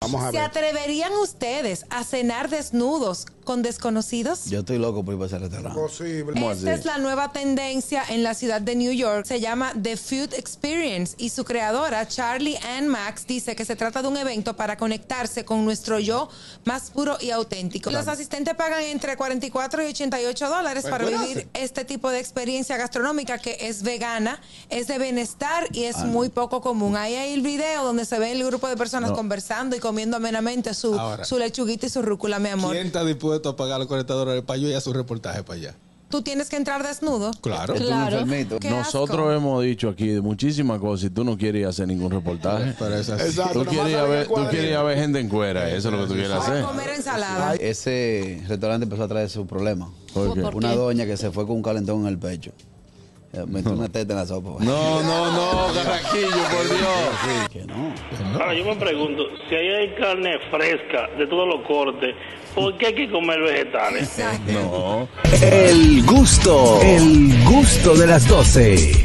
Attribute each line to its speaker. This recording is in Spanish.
Speaker 1: Vamos a
Speaker 2: ¿Se
Speaker 1: ver.
Speaker 2: atreverían ustedes a cenar desnudos con desconocidos?
Speaker 3: Yo estoy loco por ir para ese restaurante.
Speaker 1: Posible.
Speaker 3: ¿Cómo
Speaker 2: Esta
Speaker 3: así?
Speaker 2: es la nueva tendencia en la ciudad de New York. Se llama The Food Experience y su creadora, Charlie Ann Max, dice que se trata de un evento para conectarse con nuestro yo más puro y auténtico. Los asistentes pagan entre 44 y 88 dólares
Speaker 4: Pues
Speaker 2: para vivir este tipo de experiencia gastronómica que es vegana, es de bienestar y
Speaker 4: Ah,
Speaker 2: es muy poco común. Ahí hay el video donde se ve el grupo de personas conversando y comiendo amenamente su,
Speaker 4: Ahora.
Speaker 2: su lechuguita y su rúcula, mi amor.
Speaker 4: ¿Quién está dispuesto a pagar los 40 dólares para yo y a su reportaje para allá?
Speaker 2: ¿Tú tienes que entrar desnudo?
Speaker 4: Claro.
Speaker 3: Esto es un
Speaker 5: Claro.
Speaker 3: enfermito.
Speaker 2: Qué
Speaker 6: Nosotros
Speaker 2: asco.
Speaker 6: hemos dicho aquí de muchísimas cosas y tú no quieres ir a hacer ningún reportaje.
Speaker 4: Pero es así.
Speaker 1: Exacto.
Speaker 6: Tú
Speaker 1: nomás
Speaker 6: quieres, ir a
Speaker 1: sale
Speaker 6: ver,
Speaker 1: el
Speaker 6: tú
Speaker 1: cuadrito.
Speaker 6: quieres ir a ver gente en cuera, eso es lo que tú quieres
Speaker 2: Para
Speaker 6: hacer.
Speaker 2: comer ensalada.
Speaker 3: Ay, Ese restaurante empezó a traer su problema.
Speaker 6: ¿Por qué?
Speaker 5: ¿Por
Speaker 3: Una
Speaker 5: qué?
Speaker 3: doña que se fue con un calentón en el pecho. Eh, Metió una teta en la sopa. pues.
Speaker 6: No, no, no, Carraquillo, por Dios.
Speaker 3: Que no.
Speaker 7: Ahora yo me pregunto, si ahí hay carne fresca de todos los cortes, ¿por qué hay que comer vegetales?
Speaker 6: No.
Speaker 8: El gusto, el gusto de las 12.